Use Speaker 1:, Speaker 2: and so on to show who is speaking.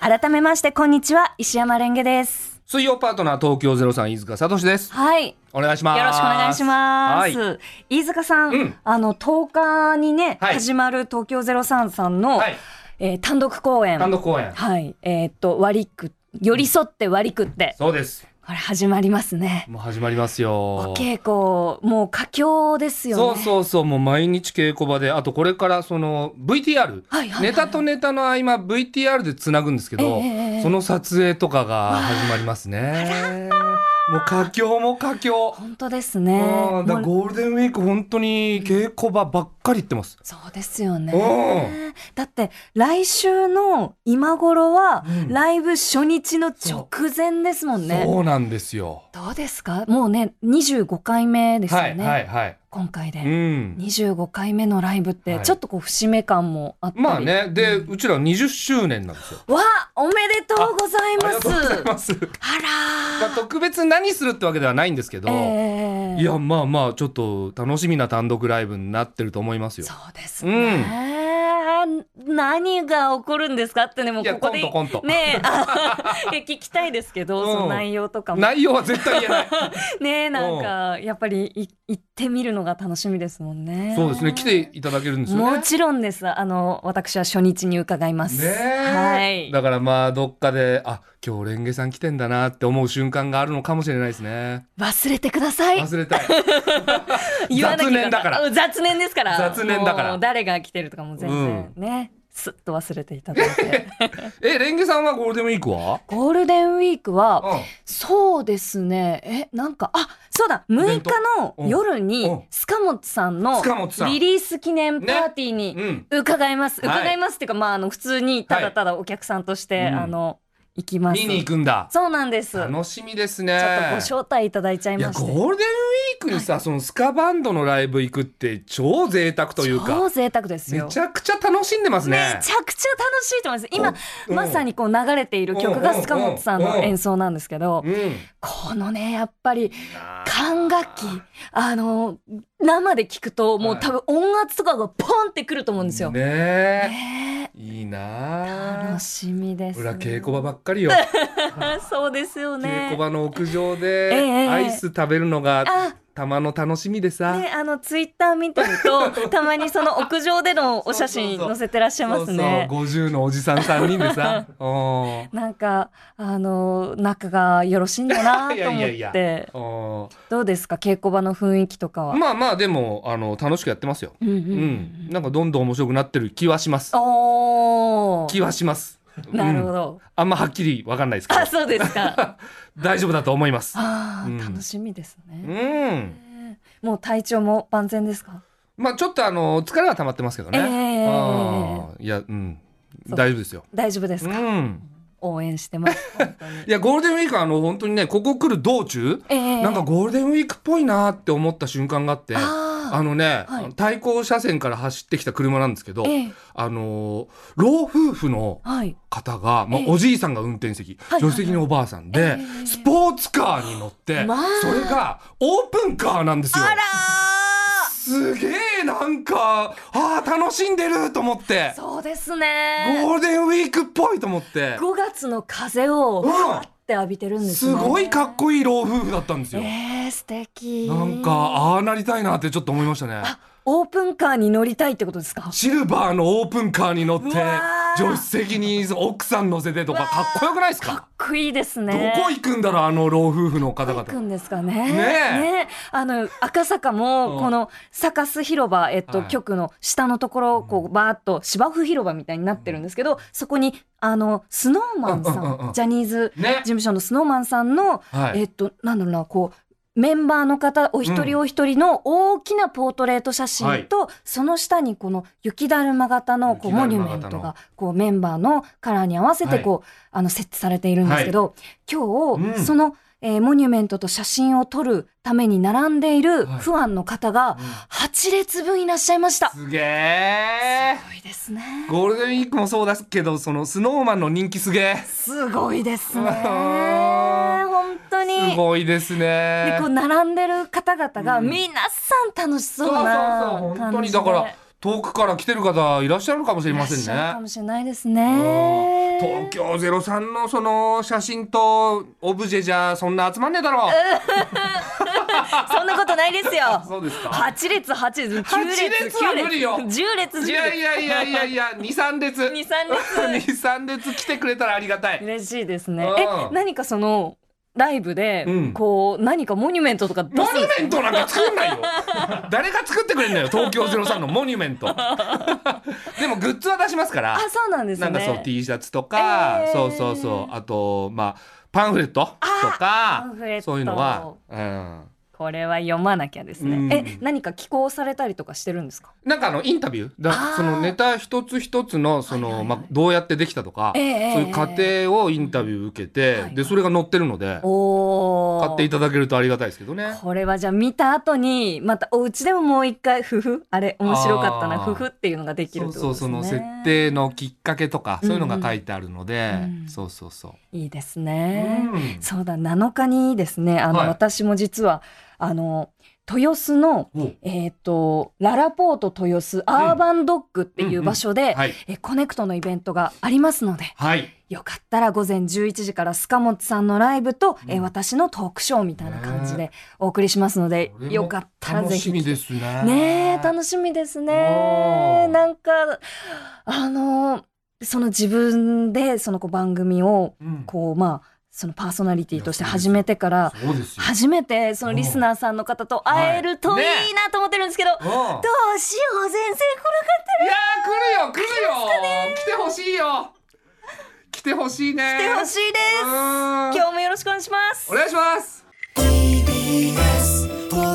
Speaker 1: 改めまして、こんにちは。石山レンゲです。
Speaker 2: 水曜パートナー東京ゼロさん飯塚聡です。
Speaker 1: はい。
Speaker 2: お願いします。
Speaker 1: よろしくお願いします。
Speaker 2: はい
Speaker 1: 飯塚さん、
Speaker 2: うん
Speaker 1: あの、10日にね、
Speaker 2: はい
Speaker 1: 始まる東京03さんの、
Speaker 2: はい
Speaker 1: えー単独公演。
Speaker 2: 単独公演。
Speaker 1: はい。えーっと、割りく、寄り添って割りくって、
Speaker 2: そうです。
Speaker 1: これ始まりますね。
Speaker 2: もう始まりますよ。
Speaker 1: お稽古、もう佳境ですよね。
Speaker 2: そうそうそう、もう毎日稽古場で、あとこれからその VTR、
Speaker 1: はいはいはい
Speaker 2: ネタとネタの合間 VTR でつなぐんですけど、
Speaker 1: ええええ
Speaker 2: その撮影とかが始まりますね。もう佳境も佳境。
Speaker 1: 本当ですね。
Speaker 2: うんだから
Speaker 1: もう
Speaker 2: ゴールデンウィーク本当に稽古場ばっかり行ってます。
Speaker 1: そうですよね
Speaker 2: う。
Speaker 1: だって、来週の今頃は
Speaker 2: う、ん
Speaker 1: ライブ初日の直前ですもんね。
Speaker 2: そうなんですよ。
Speaker 1: どうですかもうね、25回目ですよ
Speaker 2: は
Speaker 1: ね。
Speaker 2: いはいはい。
Speaker 1: 今回
Speaker 2: う
Speaker 1: で。
Speaker 2: ん。
Speaker 1: 25回目のライブって、
Speaker 2: はい
Speaker 1: ちょっとこう、節目感もあったり。
Speaker 2: まあ。ね、で、うちら20周年なんですよ。
Speaker 1: わあおめでとうござい
Speaker 2: あ
Speaker 1: ま
Speaker 2: りがとうござい
Speaker 1: す。
Speaker 2: ます。
Speaker 1: あ
Speaker 2: まあ
Speaker 1: らー。
Speaker 2: 特別何するってわけではないんですけど、
Speaker 1: ええ
Speaker 2: いやまあまあちょっと楽しみな単独ライブになってると思いますよ
Speaker 1: そ。うですね。何が起こるんですかってね、もう
Speaker 2: いや
Speaker 1: ここで。
Speaker 2: コントコント
Speaker 1: ねえ、 あいや聞きたいですけど、
Speaker 2: うん
Speaker 1: その内容とかも。
Speaker 2: 内容は絶対言えない。
Speaker 1: ね え、なんか、やっぱりい行ってみるのが楽しみですもんね。
Speaker 2: そうですね。来ていただけるんですよね。
Speaker 1: もちろんです。あの、私は初日に伺います。
Speaker 2: ねえ
Speaker 1: はい。
Speaker 2: だからまあどっかであ今日レンゲさん来てんだなって思う瞬間があるのかもしれないですね。
Speaker 1: 忘れてください。
Speaker 2: 忘れたい。
Speaker 1: 言わなきゃいけない
Speaker 2: 雑念だから
Speaker 1: うん雑念ですから。
Speaker 2: 雑念だから
Speaker 1: もう誰が来てるとかも全然ね、すっと忘れていただい て。
Speaker 2: えレンゲさんはゴールデンウィークは？
Speaker 1: ゴールデンウィークは、
Speaker 2: うん
Speaker 1: そうですね。え、なんか、あ、そうだ、6
Speaker 2: ベ
Speaker 1: 日
Speaker 2: ント
Speaker 1: の
Speaker 2: うん
Speaker 1: 夜に
Speaker 2: うん、
Speaker 1: スカモツさんの
Speaker 2: 塚本さん
Speaker 1: リリース記念パーティーに
Speaker 2: うん。
Speaker 1: 伺います。
Speaker 2: はい
Speaker 1: 伺いますっていうか、まあ、あの、普通にただただお客さんとして、
Speaker 2: はいうん
Speaker 1: あの、行きます。
Speaker 2: 見に行くんだ。
Speaker 1: そうなんです。ちょっと
Speaker 2: 楽しみですね。
Speaker 1: ご招待いただいちゃい
Speaker 2: いや
Speaker 1: まして。
Speaker 2: ゴールデンウィークにさ、そのスカバンドのライブ行くって超贅沢という
Speaker 1: 超
Speaker 2: か
Speaker 1: 贅沢です
Speaker 2: め
Speaker 1: よ。
Speaker 2: ちゃくちゃ楽しんでますね
Speaker 1: めちゃくちゃ楽しいと思います。今、
Speaker 2: うん
Speaker 1: まさにこう流れている曲が
Speaker 2: うん
Speaker 1: 塚本さんの演奏なんですけど、
Speaker 2: うん
Speaker 1: このね、やっぱり、管楽器、あの、生で聞くと、もう多分音圧とかがポンってくると思うんですよ。
Speaker 2: ねえ
Speaker 1: ね
Speaker 2: いいなあ
Speaker 1: 楽しみです。
Speaker 2: 裏稽古場ばっか りよ、
Speaker 1: あそうですよ
Speaker 2: 稽
Speaker 1: ね。
Speaker 2: 古場の屋上
Speaker 1: ええええ
Speaker 2: でアイス食べるの
Speaker 1: あ
Speaker 2: がたまの楽しみでさ、
Speaker 1: ね、あの、ツイッター見てる と、たまにその屋上でのお写真
Speaker 2: そうそうそう
Speaker 1: 載せてらっしゃいますね。
Speaker 2: そうそう50のおじさん3人 でさお
Speaker 1: なんか、あの、仲がよろしいんだな
Speaker 2: い
Speaker 1: と
Speaker 2: やい
Speaker 1: 思
Speaker 2: やい
Speaker 1: っ
Speaker 2: や
Speaker 1: て、
Speaker 2: お
Speaker 1: どうですか稽古場の雰囲気とかは。
Speaker 2: まあまあでもあの楽しくやってますよ、
Speaker 1: うんう
Speaker 2: うん
Speaker 1: ん。
Speaker 2: なんかどんどん面白くなってる気はします
Speaker 1: おー
Speaker 2: 気はします
Speaker 1: なるほ
Speaker 2: うん
Speaker 1: ど。
Speaker 2: あんまはっきりわかんないですけど
Speaker 1: あ、そうです か。
Speaker 2: 大丈夫だと思います。
Speaker 1: あ
Speaker 2: うん
Speaker 1: ー楽しみです
Speaker 2: う
Speaker 1: ね。
Speaker 2: ん。
Speaker 1: もう体調も万全ですか
Speaker 2: まあちょっとあの疲れは溜まってますけどね。
Speaker 1: ええ
Speaker 2: あーいやうん
Speaker 1: そう
Speaker 2: 大丈夫ですよ。
Speaker 1: 大丈夫です
Speaker 2: う
Speaker 1: か
Speaker 2: ん。
Speaker 1: 応援してます。本当に
Speaker 2: いやゴールデンウィークはあの本当にねここ来る道中、
Speaker 1: ええ
Speaker 2: なんかゴールデンウィークっぽいなって思った瞬間があって。あ
Speaker 1: あ
Speaker 2: のね、
Speaker 1: はい
Speaker 2: 対向車線から走ってきた車なんですけど、
Speaker 1: ーええ
Speaker 2: あのー老夫婦の
Speaker 1: はい。
Speaker 2: 方が、まあ
Speaker 1: ええ
Speaker 2: おじいさんが運転
Speaker 1: は
Speaker 2: 席、
Speaker 1: いはいはい
Speaker 2: 助手席のおばあさんで、
Speaker 1: ええ
Speaker 2: スポーツカーに乗って、
Speaker 1: まあ
Speaker 2: それがオープンカーなんですよ。
Speaker 1: あら
Speaker 2: すげえなんかあー楽しんでると思っ
Speaker 1: ー
Speaker 2: て
Speaker 1: そうですね。
Speaker 2: ゴールデンウィークっぽいと思っ
Speaker 1: 5
Speaker 2: て、
Speaker 1: 月の風を
Speaker 2: うん
Speaker 1: ふわって浴びてるん
Speaker 2: す
Speaker 1: ですね。
Speaker 2: ごいかっこいい老夫婦だったんですよ、
Speaker 1: ええ素敵。
Speaker 2: なんかああなりたいなってちょっと思いましたね
Speaker 1: オープンカーに乗りたいってことですか
Speaker 2: シルバーのオープンカーに乗って
Speaker 1: うわー
Speaker 2: 助手席に奥さん乗せてとかかっこよくないです
Speaker 1: か
Speaker 2: か
Speaker 1: っこいいです
Speaker 2: ど
Speaker 1: ね。
Speaker 2: こ行くんだろうあの老夫婦の方
Speaker 1: 行く
Speaker 2: 々
Speaker 1: んですかね。
Speaker 2: え
Speaker 1: ねえあの、赤坂
Speaker 2: う
Speaker 1: も、
Speaker 2: ん
Speaker 1: この、サカス広場、えっと、
Speaker 2: はい
Speaker 1: 局の下のところ、こう、バーっと芝生広場みたいになってるんですけど、そこに、あの、スノーマンさ、
Speaker 2: うんうんうんうんん
Speaker 1: ジャニーズ事
Speaker 2: ね
Speaker 1: 務所のスノーマンさんの、
Speaker 2: はい
Speaker 1: えっと、なんだろうな、こう、メンバーの方、お一人お一人の大きなポートレート写真と、その下にこの雪だるま型のこう
Speaker 2: 雪
Speaker 1: モ
Speaker 2: だ
Speaker 1: ニ
Speaker 2: る
Speaker 1: ュメ
Speaker 2: ま型の
Speaker 1: ントが、こうメンバーのカラーに合わせて、こう、あの、設置されているんですけど、今日、
Speaker 2: うん
Speaker 1: その、えーモニュメントと写真を撮るために並んでいる
Speaker 2: はい
Speaker 1: ファンの方が
Speaker 2: うん、
Speaker 1: 8列分いらっしゃいました。す
Speaker 2: すげえ
Speaker 1: ごいですね。
Speaker 2: ゴールデンウィークもそうですけどそのスノーマンの人 気すげえ
Speaker 1: すごいですね。
Speaker 2: うわー
Speaker 1: 本当に。
Speaker 2: すごいですね
Speaker 1: でこう並んでる方々が
Speaker 2: うん
Speaker 1: 皆さん楽しそう
Speaker 2: そうそう
Speaker 1: な
Speaker 2: そう本
Speaker 1: 感
Speaker 2: 当
Speaker 1: じで
Speaker 2: にだから遠くから来てる方いらっしゃるかもしれ
Speaker 1: いら
Speaker 2: ま
Speaker 1: っ
Speaker 2: せん
Speaker 1: しゃるか
Speaker 2: ね。
Speaker 1: もしれないです
Speaker 2: 東京03のその写真とオブジェじゃそんな集まんねえだろ
Speaker 1: そんなことないですよ
Speaker 2: そうですか
Speaker 1: 八列八列九
Speaker 2: 八列
Speaker 1: 列
Speaker 2: は
Speaker 1: 九列
Speaker 2: 無理よ
Speaker 1: 十列
Speaker 2: い
Speaker 1: 十
Speaker 2: やい
Speaker 1: 列
Speaker 2: やいやいや いや23列
Speaker 1: 二三列
Speaker 2: 23列来てくれたらありがた い
Speaker 1: 嬉しいですね
Speaker 2: うん
Speaker 1: え何かそのライブで、
Speaker 2: うん
Speaker 1: こう何かモニュメントとか出す
Speaker 2: モニュメントなんか作んないよ誰が作ってくれんだよ東京03のモニュメ ントでもグッズは出しますから
Speaker 1: あそうなんです
Speaker 2: な
Speaker 1: ね
Speaker 2: んかそう T シャツとか、
Speaker 1: えー
Speaker 2: そうそうそうあとまあパンフレットと
Speaker 1: パ
Speaker 2: か
Speaker 1: ンフレット
Speaker 2: そういうのは、うん、
Speaker 1: これは読まなきゃですね、
Speaker 2: うん
Speaker 1: え何か寄稿されたりとかしてるんですか
Speaker 2: なんかあのインタビューだ
Speaker 1: あー
Speaker 2: そのネタ一つ一つのその、
Speaker 1: はいはいはい
Speaker 2: まあ、どうやってできたとか、
Speaker 1: ええ
Speaker 2: そういう過程をインタビュー受けて、
Speaker 1: はいはい
Speaker 2: でそれが載ってるので
Speaker 1: おお
Speaker 2: 買っていただけるとありがたいですけどね。
Speaker 1: これはじゃあ見た後にまたお家でももう一回ふふあれ面白かったな
Speaker 2: あー
Speaker 1: ふふっていうのができる
Speaker 2: そ
Speaker 1: っ
Speaker 2: う
Speaker 1: て
Speaker 2: そ
Speaker 1: こと
Speaker 2: う
Speaker 1: です
Speaker 2: そ
Speaker 1: ね
Speaker 2: の設定のきっかけとか、そういうのが書いてあるので、
Speaker 1: うんうん
Speaker 2: そうそうそう。
Speaker 1: いいですね、
Speaker 2: うん
Speaker 1: そうだ7日にですねあの、
Speaker 2: はい
Speaker 1: 私も実はあの豊洲の
Speaker 2: お
Speaker 1: えっ、とララポート豊洲アーバンドッグっていう場所で、
Speaker 2: はい
Speaker 1: えコネクトのイベントがありますので
Speaker 2: はい。
Speaker 1: よかったら午前11時からスカモツさんのライブと、
Speaker 2: うん
Speaker 1: えー私のトークショーみたいな感じでお送りしますので、
Speaker 2: これも
Speaker 1: よかったら
Speaker 2: 楽
Speaker 1: ぜ
Speaker 2: し
Speaker 1: ひ。
Speaker 2: みですね。
Speaker 1: ねえ楽しみですね
Speaker 2: おー
Speaker 1: なんかあのその自分でそのこう番組を
Speaker 2: うん
Speaker 1: こうまあそのパーソナリティとして始めてから
Speaker 2: そうですよ。
Speaker 1: 初めてそのリスナーさんの方と会えると
Speaker 2: はいね
Speaker 1: いいなと思ってるんですけど、
Speaker 2: うん
Speaker 1: どうしよう全然
Speaker 2: いやー来るよ来るよ来てほしいよ来てほしいね
Speaker 1: 来てほしいです
Speaker 2: うん
Speaker 1: 今日もよろしくお願いします
Speaker 2: お願いします
Speaker 3: TBS ポ